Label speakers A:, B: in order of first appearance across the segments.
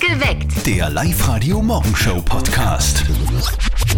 A: Geweckt.
B: Der Live-Radio-Morgenshow-Podcast.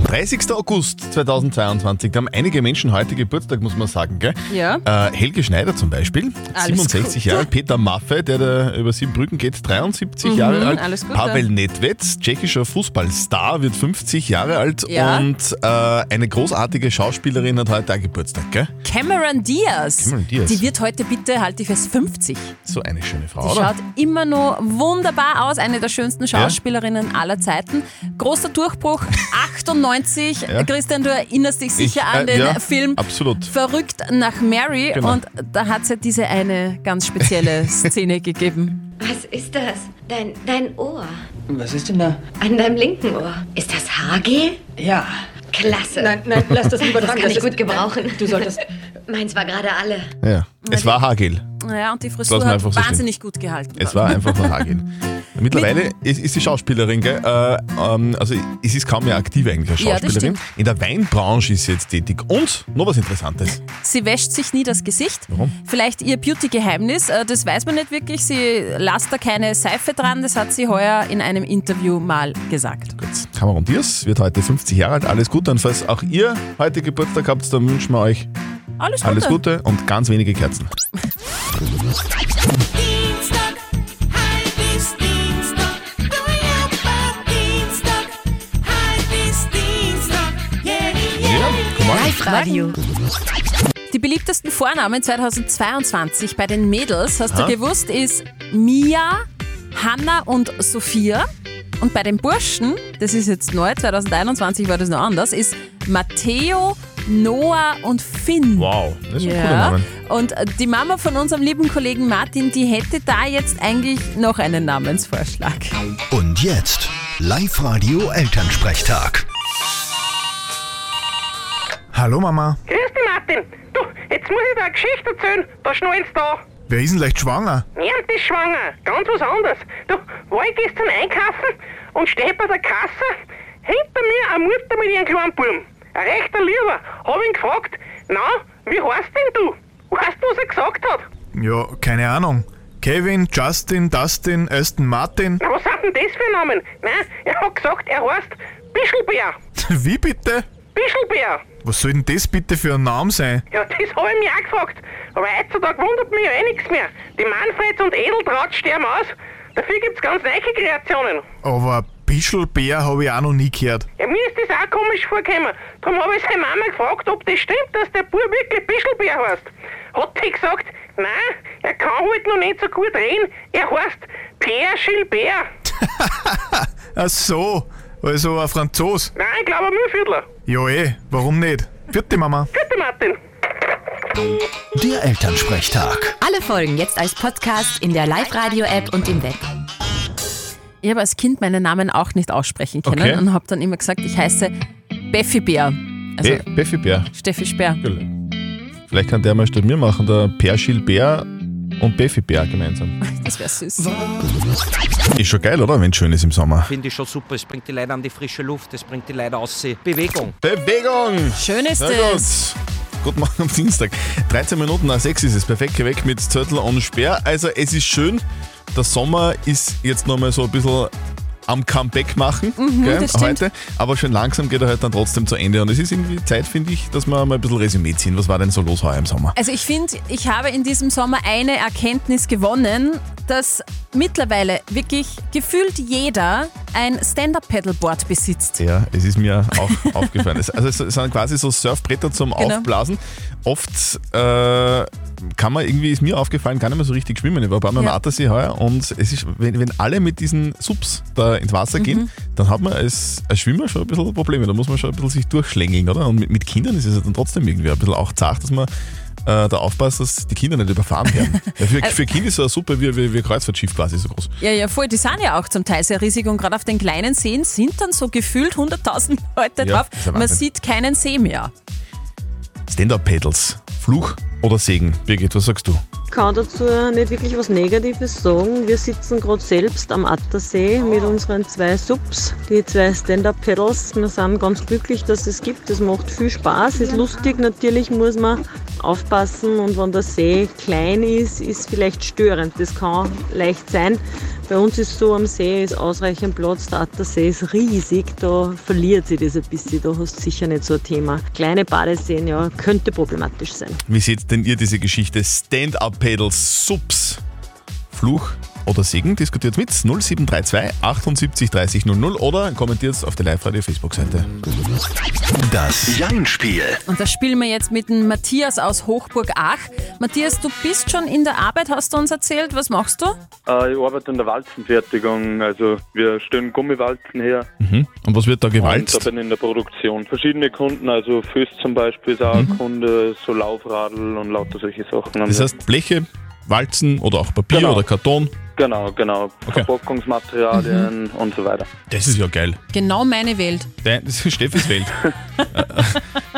C: 30. August 2022, da haben einige Menschen heute Geburtstag, muss man sagen, gell?
D: Ja.
C: Äh, Helge Schneider zum Beispiel,
D: Alles
C: 67
D: Gute.
C: Jahre, Peter Maffei, der da über Siebenbrücken geht, 73 Jahre alt,
D: Mhm, alles Gute.
C: Pavel Nedved, tschechischer Fußballstar, wird 50 Jahre alt
D: Ja.
C: und äh, eine großartige Schauspielerin hat heute auch Geburtstag, gell?
D: Cameron Diaz.
C: Cameron Diaz.
D: Die wird heute bitte, halte ich fest, 50.
C: So eine schöne Frau,
D: Die
C: oder?
D: schaut immer nur wunderbar aus, eine der schönsten Schauspielerinnen aller Zeiten. Großer Durchbruch, 98. Christian, du erinnerst dich sicher
C: Ich, äh,
D: an den
C: ja,
D: Film
C: absolut.
D: Verrückt nach Mary
C: Genau.
D: und da hat es ja diese eine ganz spezielle Szene gegeben.
E: Was ist das? Dein, dein Ohr.
F: Was ist denn da?
E: An deinem linken Ohr. Ist das Haargel?
F: Ja.
E: Klasse.
F: Nein, nein, lass das lieber
E: Das
F: dran.
E: kann ich
F: ist-
E: gut gebrauchen.
F: Du solltest.
E: Meins war gerade alle.
C: Ja. Es war Hagel.
D: Ja, und die
C: Lass
D: Frisur
C: mal
D: hat
C: einfach so stehen.
D: wahnsinnig gut gehalten.
C: Es war einfach nur Hagel. Mittlerweile ist, ist die Schauspielerin, gell? Äh, ähm, also es ist kaum mehr aktiv eigentlich als
D: Ja, das
C: Schauspielerin.
D: stimmt.
C: In der Weinbranche ist sie jetzt tätig. Und noch was Interessantes.
D: Sie wäscht sich nie das Gesicht.
C: Warum?
D: Vielleicht ihr Beauty-Geheimnis, äh, das weiß man nicht wirklich. Sie lasst da keine Seife dran, das hat sie heuer in einem Interview mal gesagt.
C: Gut. Cameron Diaz wird heute 50 Jahre alt. Alles Gute. Und falls auch ihr heute Geburtstag habt, dann wünschen wir euch
D: Alles Gute.
C: alles Gute und ganz wenige Kerzen.
G: Dienstag, halb ist Dienstag, Feierabend Dienstag, halb ist Dienstag, yeah,
C: Ja,
G: yeah.
C: komm mal.
E: Live-Radio.
D: Die beliebtesten Vornamen 2022 bei den Mädels, hast
C: Aha.
D: du gewusst, ist Mia, Hanna und Sophia. Und bei den Burschen, das ist jetzt neu, 2021 war das noch anders, ist Matteo, Noah und Finn.
C: Wow, das ist ein cooler
D: Ja,
C: Name.
D: und äh, die Mama von unserem lieben Kollegen Martin, die hätte da jetzt eigentlich noch einen Namensvorschlag.
B: Und jetzt Live-Radio Elternsprechtag.
H: Hallo Mama,
I: Grüß dich, Martin. Du, jetzt muss ich dir eine Geschichte erzählen. Da schnallt's da.
H: wer ist denn leicht schwanger?
I: Niemand ist schwanger. Ganz was anderes. Du, war ich gestern einkaufen und stehe bei der Kasse. Hinter mir eine Mutter mit ihrem kleinen Burm. Ein rechter Lieber. Hab ihn gefragt, na, wie heißt denn du? Weißt du, was er gesagt hat?
H: Ja, keine Ahnung. Kevin, Justin, Dustin, Aston Martin.
I: Na, was sind denn das für Namen? Nein, er hat gesagt, er heißt Bischelbär.
H: Wie bitte?
I: Bischelbär.
H: Was soll denn das bitte für ein Name sein?
I: Ja, das habe ich mich auch gefragt. Aber heutzutage wundert mich ja eh nichts mehr. Die Manfreds und Edeltraut sterben aus. Dafür gibt's ganz neue Kreationen.
H: Aber Bischelbär habe ich auch noch nie gehört.
I: Ja, mir ist das auch komisch vorgekommen. Darum habe ich seine Mama gefragt, ob das stimmt, dass der Bub wirklich Bischelbär heißt. Hat die gesagt, nein, er kann halt noch nicht so gut reden. Er heißt Pierre Gilbert.
H: Ach so, also ein Franzos.
I: Nein, ich glaube, ein Mühlviertler.
H: Ja eh, warum nicht? Vierte Mama.
I: Bitte, Martin.
B: Der Elternsprechtag.
A: Alle Folgen jetzt als Podcast in der Live-Radio-App und im Web.
D: Ich habe als Kind meinen Namen auch nicht aussprechen können
C: Okay.
D: und habe dann immer gesagt, ich heiße Beffi Bär. Also
C: Be Beffi Bär.
D: Steffi Speer.
C: Vielleicht kann der mal statt mir machen, der Perschil Bär und Beffi Bär gemeinsam.
D: Das wäre süß.
C: Ist schon geil, oder? Wenn es schön ist im Sommer.
J: Finde ich schon super. Es bringt die Leute an die frische Luft, es bringt die Leute aus äh, Bewegung.
C: Bewegung!
D: Schön ist
C: Na
D: es.
C: gut. Guten Morgen am Dienstag. 13 Minuten nach 6 ist es. Perfekt geweckt mit Zörtel und Speer. Also, es ist schön. Der Sommer ist jetzt nochmal so ein bisschen am Comeback machen gell,
D: Mhm, das stimmt.
C: heute. Aber schön langsam geht er halt dann trotzdem zu Ende. Und es ist irgendwie Zeit, finde ich, dass wir mal ein bisschen Resümee ziehen. Was war denn so los heuer im Sommer?
D: Also ich finde, ich habe in diesem Sommer eine Erkenntnis gewonnen, dass mittlerweile wirklich gefühlt jeder ein Stand-Up-Pedalboard besitzt.
C: Ja, es ist mir auch aufgefallen. Es- Also es sind quasi so Surfbretter zum
D: Genau.
C: Aufblasen. Oft äh, kann man irgendwie, ist mir aufgefallen, gar nicht mehr so richtig schwimmen. Ich war ein paar Mal am
D: Ja.
C: Attersee heuer und es ist, wenn, wenn alle mit diesen Subs da ins Wasser
D: Mhm.
C: gehen, dann hat man als, als Schwimmer schon ein bisschen Probleme. Da muss man schon ein bisschen sich durchschlängeln, oder? Und mit, mit Kindern ist es ja dann trotzdem irgendwie ein bisschen auch zart, dass man äh, da aufpasst, dass die Kinder nicht überfahren werden. Ja,
D: Äh.
C: für, für Kinder ist so eine Suppe wie, wie, wie ein Kreuzfahrtschiff quasi so groß.
D: Ja, ja, voll. Die sind ja auch zum Teil sehr riesig und gerade auf den kleinen Seen sind dann so gefühlt 100.000
C: Ja,
D: Leute drauf.
C: ist ja
D: Man
C: Wahnsinn.
D: sieht keinen See mehr.
C: Stand-up-Pedals, Fluch oder Segen? Birgit, was sagst du?
K: kann dazu nicht wirklich was Negatives sagen. Wir sitzen gerade selbst am Attersee mit unseren zwei Subs, die zwei Stand-Up-Pedals. Wir sind ganz glücklich, dass es gibt. Es macht viel Spaß, ist lustig. Natürlich muss man aufpassen und wenn der See klein ist, ist vielleicht störend. Das kann leicht sein, Bei uns ist so am See ist ausreichend Platz, der Attersee ist riesig, da verliert sich das ein bisschen, da hast du sicher nicht so ein Thema. Kleine Badeseen, ja, könnte problematisch sein.
C: Wie seht denn ihr diese Geschichte? Stand-Up-Pedals, Subs, Fluch oder Segen? Diskutiert mit 0732 78 30 00 oder kommentiert auf der Live-Radio-Facebook-Seite.
B: Das Jein-Spiel.
D: Und das spielen wir jetzt mit dem Matthias aus Hochburg Ach. Matthias, du bist schon in der Arbeit, hast du uns erzählt. Was machst du?
L: Äh, ich arbeite in der Walzenfertigung, also wir stellen Gummiwalzen her.
C: Mhm. Und was wird da
L: Und da
C: gewalzt?
L: bin ich in der Produktion. Verschiedene Kunden, also Füß zum Beispiel ist auch
M: Mhm.
L: ein Kunde, so Laufradl und lauter solche Sachen.
C: Das heißt Bleche, Walzen oder auch Papier oder Karton.
L: Genau, genau.
M: Mhm.
L: Verpackungsmaterialien und so weiter.
C: Das ist ja geil.
D: Genau meine Welt.
C: Nein, das ist Steffis Welt. Äh,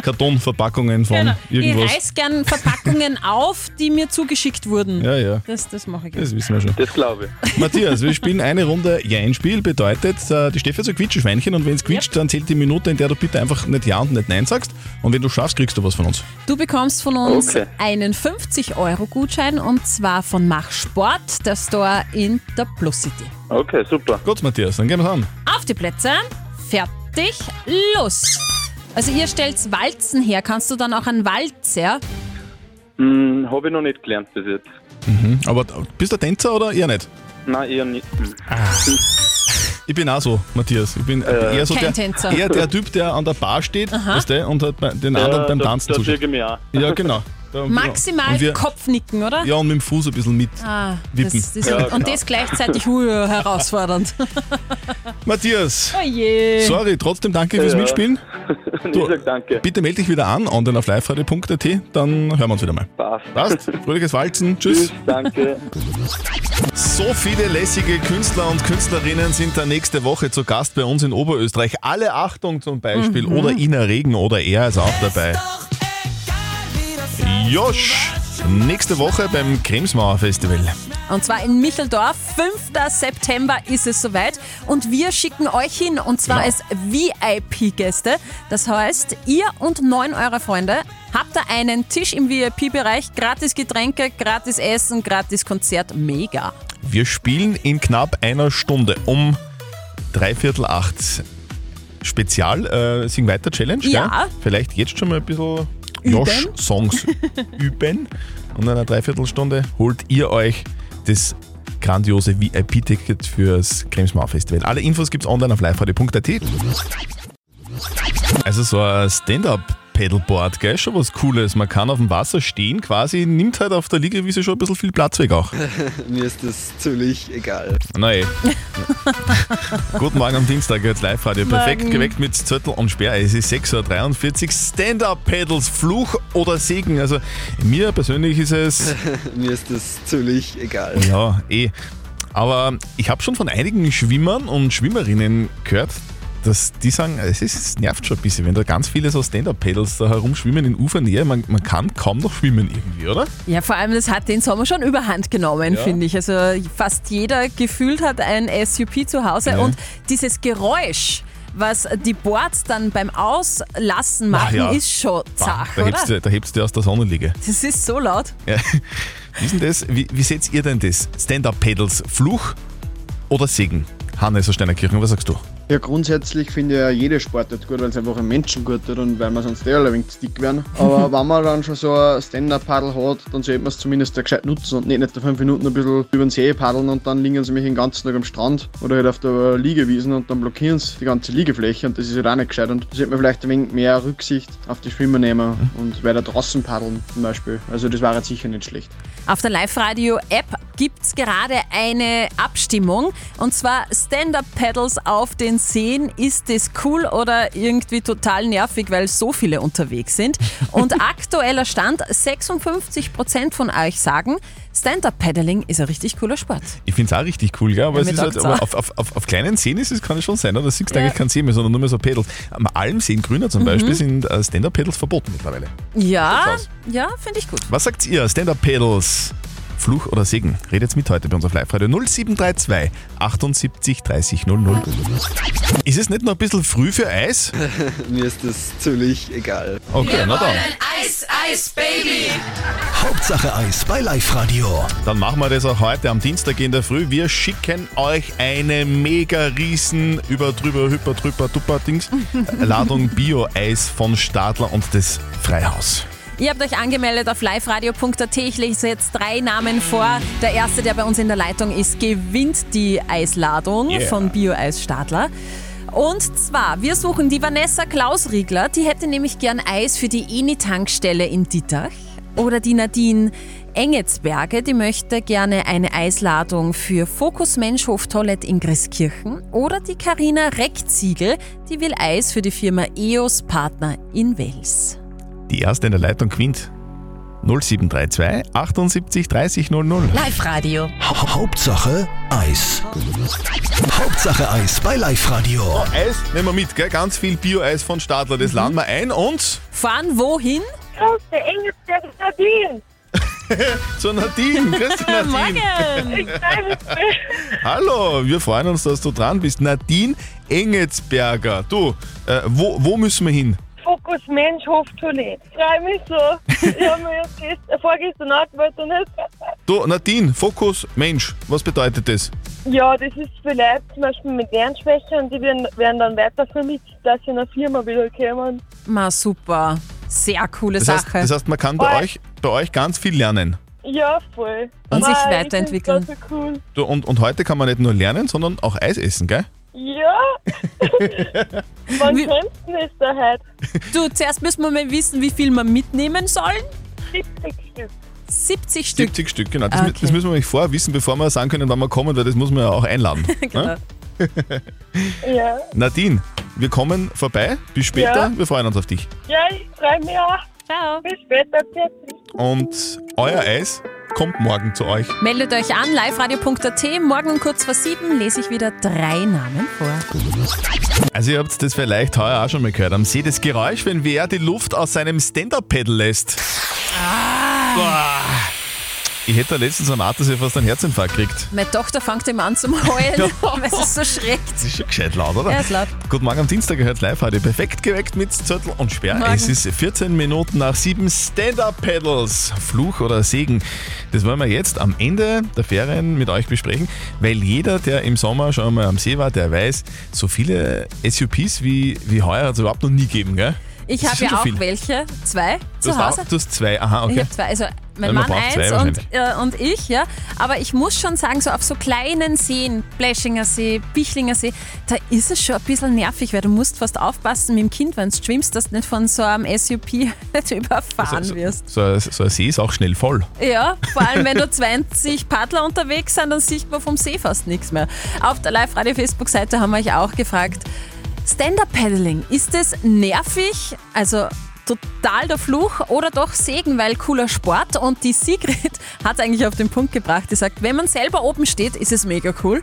C: Kartonverpackungen von
D: Ich
C: irgendwas.
D: reiß gern Verpackungen auf, die mir zugeschickt wurden.
C: Ja, ja.
D: Das, das mache ich
C: Das
D: gerne.
C: wissen wir schon.
L: Das glaube
C: ich. Matthias, wir spielen eine Runde Jein-Spiel. Bedeutet, äh, die Steffi ist ein Quitscheschweinchen und wenn es quietscht, dann zählt die Minute, in der du bitte einfach nicht Ja und nicht Nein sagst. Und wenn du schaffst, kriegst du was von uns.
D: Du bekommst von uns
C: Okay.
D: einen 50-Euro-Gutschein und zwar von Mach Sport, der Store in der Plus City.
L: Okay, super.
C: Gut, Matthias, dann gehen wir's an.
D: Auf die Plätze, fertig, los! Also ihr stellt Walzen her, kannst du dann auch einen Walzer?
L: Hm, Habe ich noch nicht gelernt bis jetzt.
C: Mhm. Aber d- bist du ein Tänzer oder eher nicht?
L: Nein, eher nicht.
C: Ich bin auch so, Matthias. Ich bin
L: Äh.
C: eher so
L: Kein
C: der,
L: Tänzer.
C: eher der Typ, der an der Bar steht weißt du, und halt bei- den anderen beim Tanzen
L: da, da
C: zuschaut.
L: ich mich auch.
C: Ja, genau. Da-
D: Maximal
C: und wir-
D: Kopfnicken, oder?
C: Ja, und mit dem Fuß ein bisschen mit.
D: Ah, das,
C: Wippen.
D: das,
C: Ja,
D: Und
C: genau.
D: das gleichzeitig hu, herausfordernd.
C: Matthias,
D: Oh je.
C: sorry, trotzdem danke fürs
L: Ja.
C: Mitspielen.
L: ich sag danke.
C: Bitte melde dich wieder an, online auf liveradio.at, dann hören wir uns wieder mal.
L: Passt.
C: Passt. Fröhliches Walzen. Tschüss.
L: danke.
C: So viele lässige Künstler und Künstlerinnen sind da nächste Woche zu Gast bei uns in Oberösterreich. Alle Achtung zum Beispiel.
B: Mhm.
C: Oder Ina Regen oder er ist auch dabei. Josch, nächste Woche beim Kremsmauer Festival.
D: Und zwar in Micheldorf. 5. September ist es soweit. Und wir schicken euch hin. Und zwar
C: Genau.
D: als VIP-Gäste. Das heißt, ihr und neun eurer Freunde habt da einen Tisch im VIP-Bereich. Gratis Getränke, gratis Essen, gratis Konzert. Mega.
C: Wir spielen in knapp einer Stunde um dreiviertel acht. Spezial äh, Sing weiter Challenge.
D: Ja.
C: gell? Vielleicht jetzt schon mal ein bisschen Josh-Songs üben. Und in einer Dreiviertelstunde holt ihr euch das grandiose VIP-Ticket fürs Kremsmau Festival. Alle Infos gibt's online auf liveradio.at. Also so ein Stand-up Pedalboard, gell? Schon was Cooles. Man kann auf dem Wasser stehen quasi, nimmt halt auf der Liegewiese schon ein bisschen viel Platz weg auch.
M: Mir ist das ziemlich egal.
C: Nein. eh. Guten Morgen am Dienstag, jetzt Live-Radio. Perfekt
M: Morgen.
C: geweckt mit Zettel und Sperr. Es ist 6.43 Uhr. Stand-Up-Pedals, Fluch oder Segen? Also mir persönlich ist es...
M: Mir ist das ziemlich egal.
C: ja, eh. Aber ich habe schon von einigen Schwimmern und Schwimmerinnen gehört, dass die sagen, es, ist, es nervt schon ein bisschen, wenn da ganz viele so Stand-Up-Pedals da herumschwimmen in Ufernähe. Man, man kann kaum noch schwimmen irgendwie, oder?
D: Ja, vor allem, das hat den Sommer schon überhand genommen,
C: Ja.
D: finde ich. Also fast jeder gefühlt hat ein SUP zu Hause
C: Ja.
D: und dieses Geräusch, was die Boards dann beim Auslassen
C: Ach
D: machen,
C: ja.
D: ist schon
C: Bah,
D: zach,
C: da, hebst
D: oder?
C: du, da hebst du aus der Sonnenliege.
D: Das ist so laut.
C: Ja. Wie, ist denn das? wie, wie seht ihr denn das? Stand-up-Pedals, Fluch oder Segen? Hannes aus Steinerkirchen, was sagst du?
N: Ja, grundsätzlich finde ich ja jede Sportart gut, weil es einfach einem Menschen gut tut und weil wir sonst eh alle ein wenig zu dick werden. Aber wenn man dann schon so ein Stand-Up-Paddel hat, dann sollte man es zumindest auch gescheit nutzen und nicht nach fünf Minuten ein bisschen über den See paddeln und dann liegen sie mich den ganzen Tag am Strand oder halt auf der Liegewiesen und dann blockieren sie die ganze Liegefläche und das ist halt auch nicht gescheit. Und da sollte man vielleicht ein wenig mehr Rücksicht auf die Schwimmer nehmen
M: Mhm.
N: und weiter draußen paddeln zum Beispiel. Also das wäre jetzt sicher nicht schlecht.
D: Auf der Live-Radio-App gibt es gerade eine Abstimmung und zwar Stand-Up-Pedals auf den Seen. Ist das cool oder irgendwie total nervig, weil so viele unterwegs sind? Und aktueller Stand: 56% von euch sagen, Stand-Up-Pedaling ist ein richtig cooler Sport.
C: Ich finde es auch richtig cool, gell? aber,
D: Ja,
C: es
D: mir
C: ist halt,
D: taugt es auch.
C: aber auf, auf, auf, auf kleinen Seen ist es, kann es schon sein, oder? Da siehst du
D: Ja.
C: eigentlich keinen See mehr, sondern nur mehr so Pedals. Am Alm Seen Grüner zum
D: Mhm.
C: Beispiel sind äh, Stand-up-Pedals verboten mittlerweile.
D: Ja, ja, finde ich gut.
C: Was sagt ihr? Stand-up-Pedals, Fluch oder Segen? Redet mit heute bei uns auf Live-Radio 0732 78 30 00. Ist es nicht noch ein bisschen früh für Eis?
M: Mir ist das ziemlich egal.
C: Okay, na dann.
G: Eis, Eis, Baby!
C: Hauptsache Eis bei Live-Radio. Dann machen wir das auch heute am Dienstag in der Früh. Wir schicken euch eine mega riesen über drüber hyper drüber duper Dings äh, Ladung Bio-Eis von Stadler und des Freihaus.
D: Ihr habt euch angemeldet auf liveradio.at. Ich lese jetzt drei Namen vor. Der erste, der bei uns in der Leitung ist, gewinnt die Eisladung
O: Yeah.
D: von Bio-Eis Stadler. Und zwar, wir suchen die Vanessa Klausriegler. Die hätte nämlich gern Eis für die Eni-Tankstelle in Dittach. Oder die Nadine Engetsberge, die möchte gerne eine Eisladung für Fokus Menschhof Toilett in Griskirchen. Oder die Karina Reckziegel, die will Eis für die Firma EOS Partner in Wels.
C: Die erste in der Leitung gewinnt 0732 78 30 00.
A: Live Radio.
C: Hauptsache Eis. Hauptsache Eis bei Live Radio. Oh, Eis nehmen wir mit, gell? ganz viel Bio-Eis von Stadler, das laden wir ein und
D: Fahren wohin?
P: Große Engelsberg Nadine.
C: zur Nadine. Grüß dich, Nadine.
P: Ich freue mich.
C: Hallo, wir freuen uns, dass du dran bist. Nadine Engelsberger. Du, äh, wo, wo müssen wir hin?
P: Fokus Mensch, Hof Toilette. Ich freue mich so. Ich habe mir erst gest- äh, vorgestern angemeldet und jetzt.
C: Du, Nadine, Fokus, Mensch, was bedeutet das?
P: Ja, das ist für Leute zum Beispiel mit Lernschwächen und die werden, werden dann weitervermittelt, dass sie in eine Firma wiederkommen.
D: Ma super. Sehr coole
C: Das heißt,
D: Sache.
C: das heißt, man kann bei euch, bei euch ganz viel lernen.
P: Ja, voll.
D: Und sich
P: Nein, ich
D: weiterentwickeln.
P: find's total cool.
C: Du, und, und heute kann man nicht nur lernen, sondern auch Eis essen, gell?
P: Ja. Wann könnten es da heute?
D: du, zuerst müssen wir mal wissen, wie viel wir mitnehmen sollen.
P: 70 Stück.
D: 70 Stück.
C: 70 Stück, genau. Das,
D: Ah,
C: mü-
D: okay.
C: das müssen wir euch vorher wissen, bevor wir sagen können, wann wir kommen, weil das muss man ja auch einladen.
D: Genau.
C: Ne?
P: Ja.
C: Nadine, wir kommen vorbei. Bis später.
P: Ja.
C: Wir freuen uns auf dich.
P: Ja, ich freue mich auch.
D: Ciao.
P: Bis später. Tschüss.
C: Und euer Eis kommt morgen zu euch.
D: Meldet euch an, liveradio.at. Morgen um kurz vor sieben lese ich wieder drei Namen vor.
C: Also ihr habt das vielleicht heuer auch schon mal gehört. Am See das Geräusch, wenn wer die Luft aus seinem Stand-Up-Pedal lässt. Boah. Ich hätte da letztens am Attersee fast einen Herzinfarkt gekriegt.
D: Meine Tochter fängt immer an zum Heulen, weil es so schreckt.
C: Das ist schon gescheit laut, oder?
D: Ja, ist laut.
C: Guten Morgen am Dienstag, gehört live heute. Perfekt geweckt mit Zettel und Sperr.
D: Morgen.
C: Es ist 14 Minuten nach 7 Stand-Up-Pedals. Fluch oder Segen. Das wollen wir jetzt am Ende der Ferien mit euch besprechen, weil jeder, der im Sommer schon mal am See war, der weiß, so viele SUPs wie, wie heuer hat es überhaupt noch nie gegeben, gell?
D: Ich
C: Das
D: habe
C: ist schon
D: ja auch
C: viel.
D: welche, zwei
C: Du
D: zu
C: hast,
D: Hause.
C: auch, du hast zwei, aha,
D: Ich
C: okay.
D: habe zwei, also
C: Nein, man
D: mein Mann
C: braucht zwei
D: eins und, äh, und ich, ja. Aber ich muss schon sagen, so auf so kleinen Seen, Bläschinger See, Bichlinger See, da ist es schon ein bisschen nervig, weil du musst fast aufpassen mit dem Kind, wenn du schwimmst, dass du nicht von so einem SUP nicht überfahren wirst.
C: Also, So, ein- so ein See ist auch schnell voll.
D: Ja, vor allem wenn nur 20 Paddler unterwegs sind, dann sieht man vom See fast nichts mehr. Auf der Live-Radio-Facebook-Seite haben wir euch auch gefragt, Stand-Up-Paddling, ist es nervig, also total der Fluch oder doch Segen, weil cooler Sport? Und die Sigrid hat eigentlich auf den Punkt gebracht, die sagt, wenn man selber oben steht, ist es mega cool.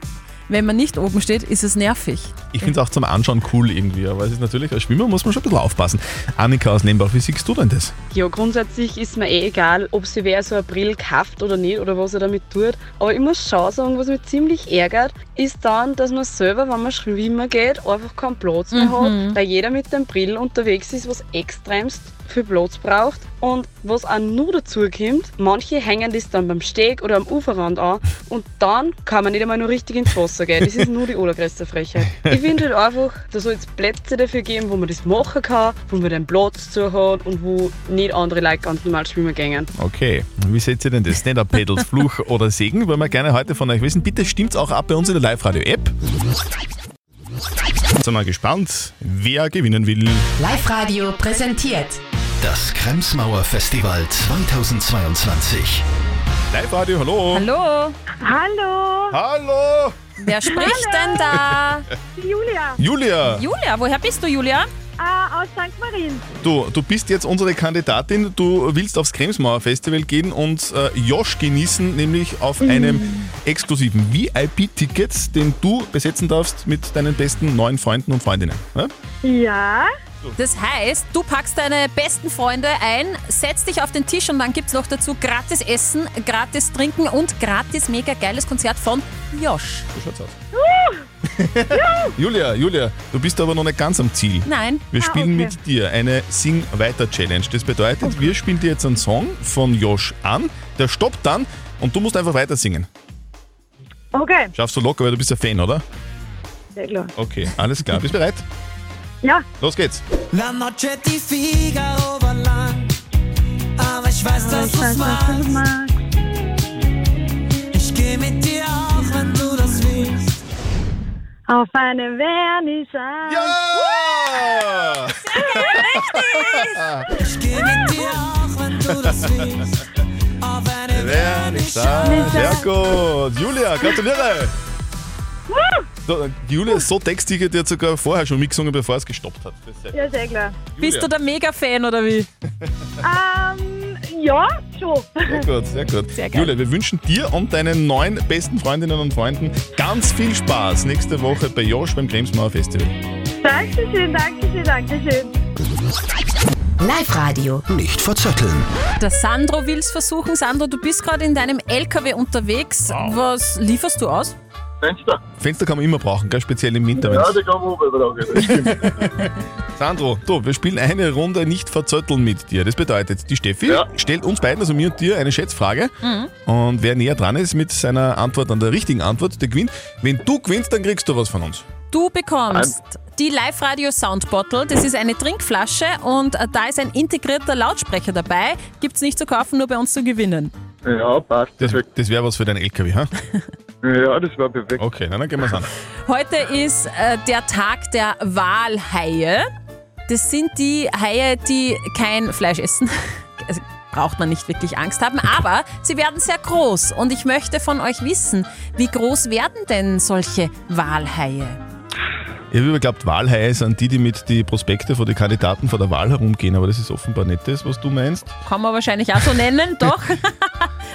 D: Wenn man nicht oben steht, ist es nervig.
C: Ich finde es auch zum Anschauen cool irgendwie, aber es ist natürlich, als Schwimmer muss man schon ein bisschen aufpassen. Annika aus Lembach, wie siehst du denn das?
Q: Ja, grundsätzlich ist mir eh egal, ob sie wer so eine Brille kauft oder nicht oder was er damit tut. Aber ich muss schon sagen, was mich ziemlich ärgert, ist dann, dass man selber, wenn man schwimmen geht, einfach keinen Platz mehr
R: Mhm.
Q: hat, weil jeder mit dem Brill unterwegs ist, was extremst viel Platz braucht. Und was auch nur dazu kommt, manche hängen das dann beim Steg oder am Uferrand an und dann kann man nicht einmal nur richtig ins Wasser gehen. Das ist nur die allergrößte Frechheit. Ich finde halt einfach, da soll es Plätze dafür geben, wo man das machen kann, wo man den Platz zu hat und wo nicht andere Leute ganz normal schwimmen gehen.
C: Okay, wie seht ihr denn das? Stand-Up-Pedals, Fluch oder Segen? Wollen wir gerne heute von euch wissen. Bitte stimmt's auch ab bei uns in der Live-Radio-App. Sind wir gespannt, wer gewinnen will.
A: Live Radio präsentiert.
B: Das Kremsmauer Festival 2022.
C: Live-Radio, hallo.
D: Hallo.
P: Hallo.
C: Hallo.
D: Wer spricht denn da?
P: Die Julia.
C: Julia.
D: Julia, woher bist du, Julia?
P: Ah, aus St. Marien.
C: Du, du bist jetzt unsere Kandidatin. Du willst aufs Kremsmauer Festival gehen und äh, Josh genießen, nämlich auf einem exklusiven VIP-Ticket, den du besetzen darfst mit deinen besten neuen Freunden und Freundinnen. Ne?
P: Ja.
D: Das heißt, du packst deine besten Freunde ein, setzt dich auf den Tisch und dann gibt es noch dazu gratis Essen, gratis Trinken und gratis mega geiles Konzert von Josh.
C: So schaut's aus. Julia, Julia, du bist aber noch nicht ganz am Ziel.
D: Nein.
C: Wir
D: Ah,
C: spielen
D: okay.
C: mit dir eine Sing-Weiter-Challenge. Das bedeutet, wir spielen dir jetzt einen Song von Josh an, der stoppt dann und du musst einfach weiter singen.
P: Okay,
C: Schaffst du locker, weil du bist ja Fan, oder?
P: sehr klar.
C: Okay, alles klar. Bist bereit?
P: Ja.
C: Los geht's.
G: La noche di Figaro war lang, aber ich weiß, dass du's magst. Ich geh mit dir auch, wenn du das willst.
P: Auf eine Vernissage.
C: Ja!
G: Ich geh mit dir auch, wenn du das willst. Auf eine
C: Wer nicht da? Sehr gut. Julia, gratuliere. So, Julia, so textig hat jetzt sogar vorher schon mitgesungen, bevor es gestoppt hat. Das ist sehr
P: Ja, sehr klar.
D: Bist du der Mega-Fan oder wie?
P: Ähm, ja, schon.
C: Sehr gut, sehr gut.
P: Sehr geil.
C: Julia, wir wünschen dir und deinen neuen besten Freundinnen und Freunden ganz viel Spaß nächste Woche bei Josh beim Kremsmauer Festival.
P: Dankeschön, Dankeschön, Dankeschön.
A: Live-Radio.
B: Nicht verzetteln.
D: Der Sandro will's versuchen. Sandro, du bist gerade in deinem LKW unterwegs. Was lieferst du aus?
L: Fenster.
C: Fenster kann man immer brauchen, gell? speziell im Winter.
L: Ja,
C: wenn's-
L: die kann man oben
C: Sandro, du, wir spielen eine Runde nicht verzötteln mit dir. Das bedeutet, die Steffi stellt uns beiden, also mir und dir, eine Schätzfrage.
G: Mhm.
C: Und wer näher dran ist mit seiner Antwort an der richtigen Antwort, der gewinnt. Wenn du gewinnst, dann kriegst du was von uns.
D: Du bekommst die Live-Radio Sound Bottle. Das ist eine Trinkflasche und äh, da ist ein integrierter Lautsprecher dabei. Gibt's nicht zu kaufen, nur bei uns zu gewinnen.
L: Ja, passt.
C: Das, das wäre was für deinen LKW, ha?
L: Ja, das war perfekt.
C: Okay, na, dann gehen wir's an.
D: Heute ist äh, der Tag der Walhaie. Das sind die Haie, die kein Fleisch essen. Also braucht man nicht wirklich Angst haben, aber sie werden sehr groß. Und ich möchte von euch wissen, wie groß werden denn solche Walhaie?
C: Ich habe immer geglaubt, Wahlhaie sind die, die mit die Prospekte von den Kandidaten vor der Wahl herumgehen, aber das ist offenbar nicht das, was du meinst.
D: Kann man wahrscheinlich auch so nennen, doch.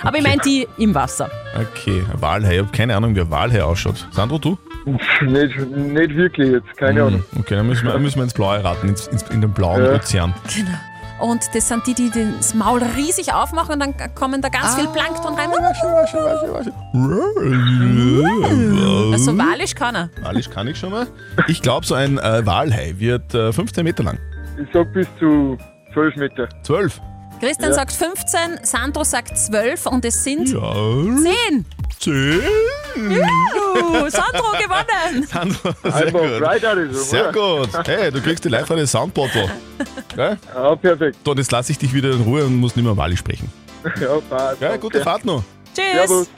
D: aber ich meine die im Wasser.
C: Okay, Wahlhaie, ich habe keine Ahnung, wie ein Wahlhaie ausschaut. Sandro, du? Hm,
L: Nicht, nicht wirklich jetzt, keine Ahnung.
C: Okay, dann müssen wir, dann müssen wir ins Blaue raten, ins, ins, in den blauen
L: Ja.
C: Ozean.
D: Genau. Und das sind die, die das Maul riesig aufmachen und dann kommen da ganz viel Plankton rein.
C: Ah.
D: Also walisch kann er.
C: Alles kann ich schon mal. Ich glaube, so ein äh, Walhai wird äh, 15 Meter lang.
L: Ich sag bis zu 12 Meter.
C: 12?
D: Christian
L: Ja.
D: sagt 15, Sandro sagt 12 und es sind
C: Ja.
D: 10.
C: 10?
D: Juhu, Uh, Sandro gewonnen.
C: Sandro, sehr
L: Einfach
C: gut.
L: Also, right out of the way.
C: Sehr gut. Hey, du kriegst die live eine Soundbottle. Gell?
L: Ja, perfekt.
C: So, und jetzt lasse ich dich wieder in Ruhe und muss nicht mehr Wali sprechen.
L: Ja, passt.
C: Ja, gute Fahrt noch.
D: Tschüss.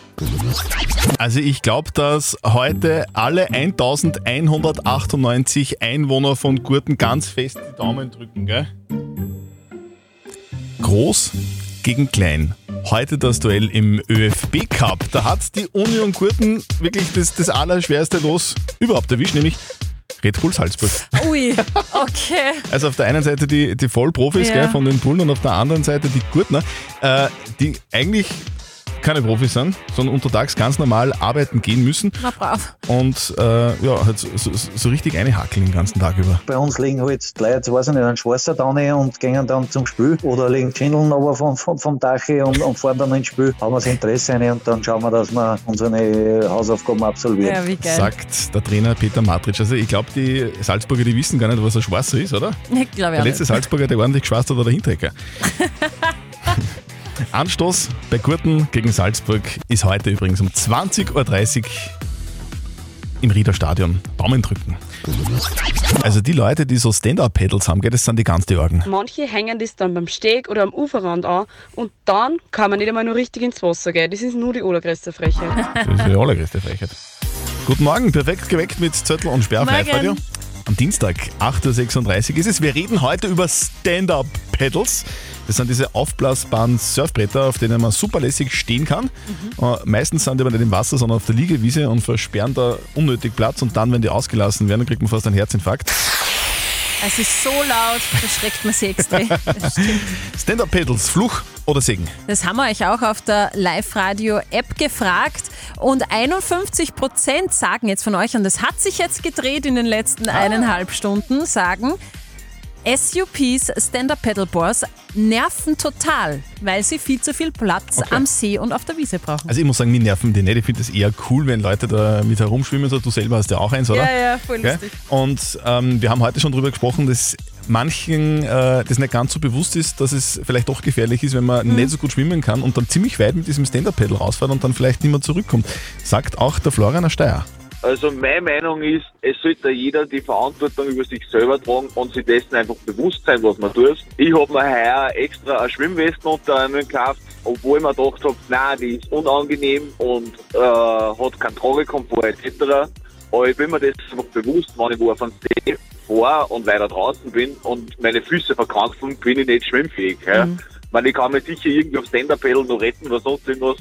C: Also ich glaube, dass heute alle 1198 Einwohner von Gurten ganz fest die Daumen drücken, gell? Groß gegen Klein. Heute das Duell im ÖFB Cup. Da hat die Union Gurten wirklich das, das allerschwerste Los überhaupt erwischt, nämlich Red Bull Salzburg.
D: Ui, okay.
C: Also auf der einen Seite die, die Vollprofis
D: Ja.
C: gell, von den Bullen und auf der anderen Seite die Gurtner, äh, die eigentlich keine Profis sind, sondern untertags ganz normal arbeiten gehen müssen
D: Na brav.
C: und äh, ja, halt so, so, so richtig eine hackeln den ganzen Tag über.
O: Bei uns legen halt die Leute, weiß ich nicht, einen Schwarzer da rein und gehen dann zum Spiel oder legen Schindeln aber vom, vom, vom Dach her und, und fahren dann ins Spiel, haben wir das Interesse rein und dann schauen wir, dass wir unsere Hausaufgaben absolvieren.
C: Sagt der Trainer Peter Matritsch. Also ich glaube, die Salzburger, die wissen gar nicht, was ein Schwarzer ist, oder?
D: Ich glaube
C: Der
D: ja.
C: letzte Salzburger, der ordentlich geschwarzt hat, war der Hinterecker. Anstoß bei Gurten gegen Salzburg ist heute übrigens um 20.30 Uhr im Rieder Stadion. Daumen drücken. Also die Leute, die so Stand-Up-Pedals haben, gell, das sind die ganz die Orgen.
Q: Manche hängen das dann beim Steg oder am Uferrand an und dann kann man nicht einmal nur richtig ins Wasser gehen. Das ist nur die allergrößte Frechheit.
C: Das ist die allergrößte Frechheit. Guten Morgen, perfekt geweckt mit Zettel und Sperr auf
Q: Morgen.
C: Live-Radio. Am Dienstag, 8.36 Uhr ist es. Wir reden heute über Stand-Up-Pedals. Das sind diese aufblasbaren Surfbretter, auf denen man super lässig stehen kann. Äh, meistens sind die aber nicht im Wasser, sondern auf der Liegewiese und versperren da unnötig Platz. Und dann, wenn die ausgelassen werden, dann kriegt man fast einen Herzinfarkt.
D: Es ist so laut, da schreckt man sich extrem. Das stimmt.
C: Stand-Up-Pedals, Fluch oder Segen?
D: Das haben wir euch auch auf der Live-Radio-App gefragt. Und 51 Prozent
C: Ah.
D: sagen jetzt von euch, und das hat sich jetzt gedreht in den letzten eineinhalb Stunden, sagen, SUPs, Stand-Up-Pedalboards, nerven total, weil sie viel zu viel Platz
C: Okay.
D: am See und auf der Wiese brauchen.
C: Also ich muss sagen, mir nerven die nicht. Ich finde es eher cool, wenn Leute da mit herumschwimmen. So, du selber hast ja auch eins, oder?
D: Ja, ja, voll
C: Gell?
D: lustig.
C: Und ähm, wir haben heute schon drüber gesprochen, dass manchen äh, das nicht ganz so bewusst ist, dass es vielleicht doch gefährlich ist, wenn man
D: Mhm.
C: nicht so gut schwimmen kann und dann ziemlich weit mit diesem Stand-Up-Pedal rausfährt und dann vielleicht nicht mehr zurückkommt. Sagt auch der Florianer Steier.
R: Also meine Meinung ist, es sollte jeder die Verantwortung über sich selber tragen und sich dessen einfach bewusst sein, was man tut. Ich habe mir heuer extra eine Schwimmweste unter anderem gekauft, obwohl ich mir gedacht habe, nein, die ist unangenehm und äh, hat keinen Tragekomfort etc. Aber ich bin mir das einfach bewusst, wenn ich wo auf einem See fahre und weiter draußen bin und meine Füße verkrampfen, bin ich nicht schwimmfähig. Ja. Ich meine, ich kann mich sicher irgendwie auf Stand-Up-Pedal noch retten oder sonst irgendwas,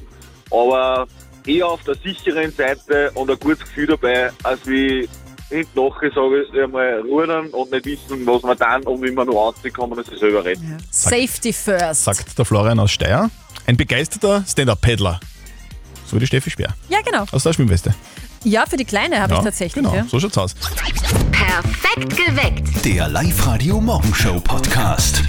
R: aber eher auf der sicheren Seite und ein gutes Gefühl dabei, als wie hinten nachher, sage ich einmal, rudern und nicht wissen, was man dann, um immer noch anzukommen, dass ich selber retten.
D: Safety first.
C: Sagt der Florian aus Steyr. Ein begeisterter Stand-Up-Pedler. So wie die Steffi Speer.
D: Ja, genau.
C: Aus der Schwimmweste.
D: Ja, für die Kleine habe
C: ja,
D: ich tatsächlich.
C: Genau,
D: ja.
C: so schaut's aus.
A: Perfekt geweckt.
B: Der Live-Radio Morgenshow Podcast.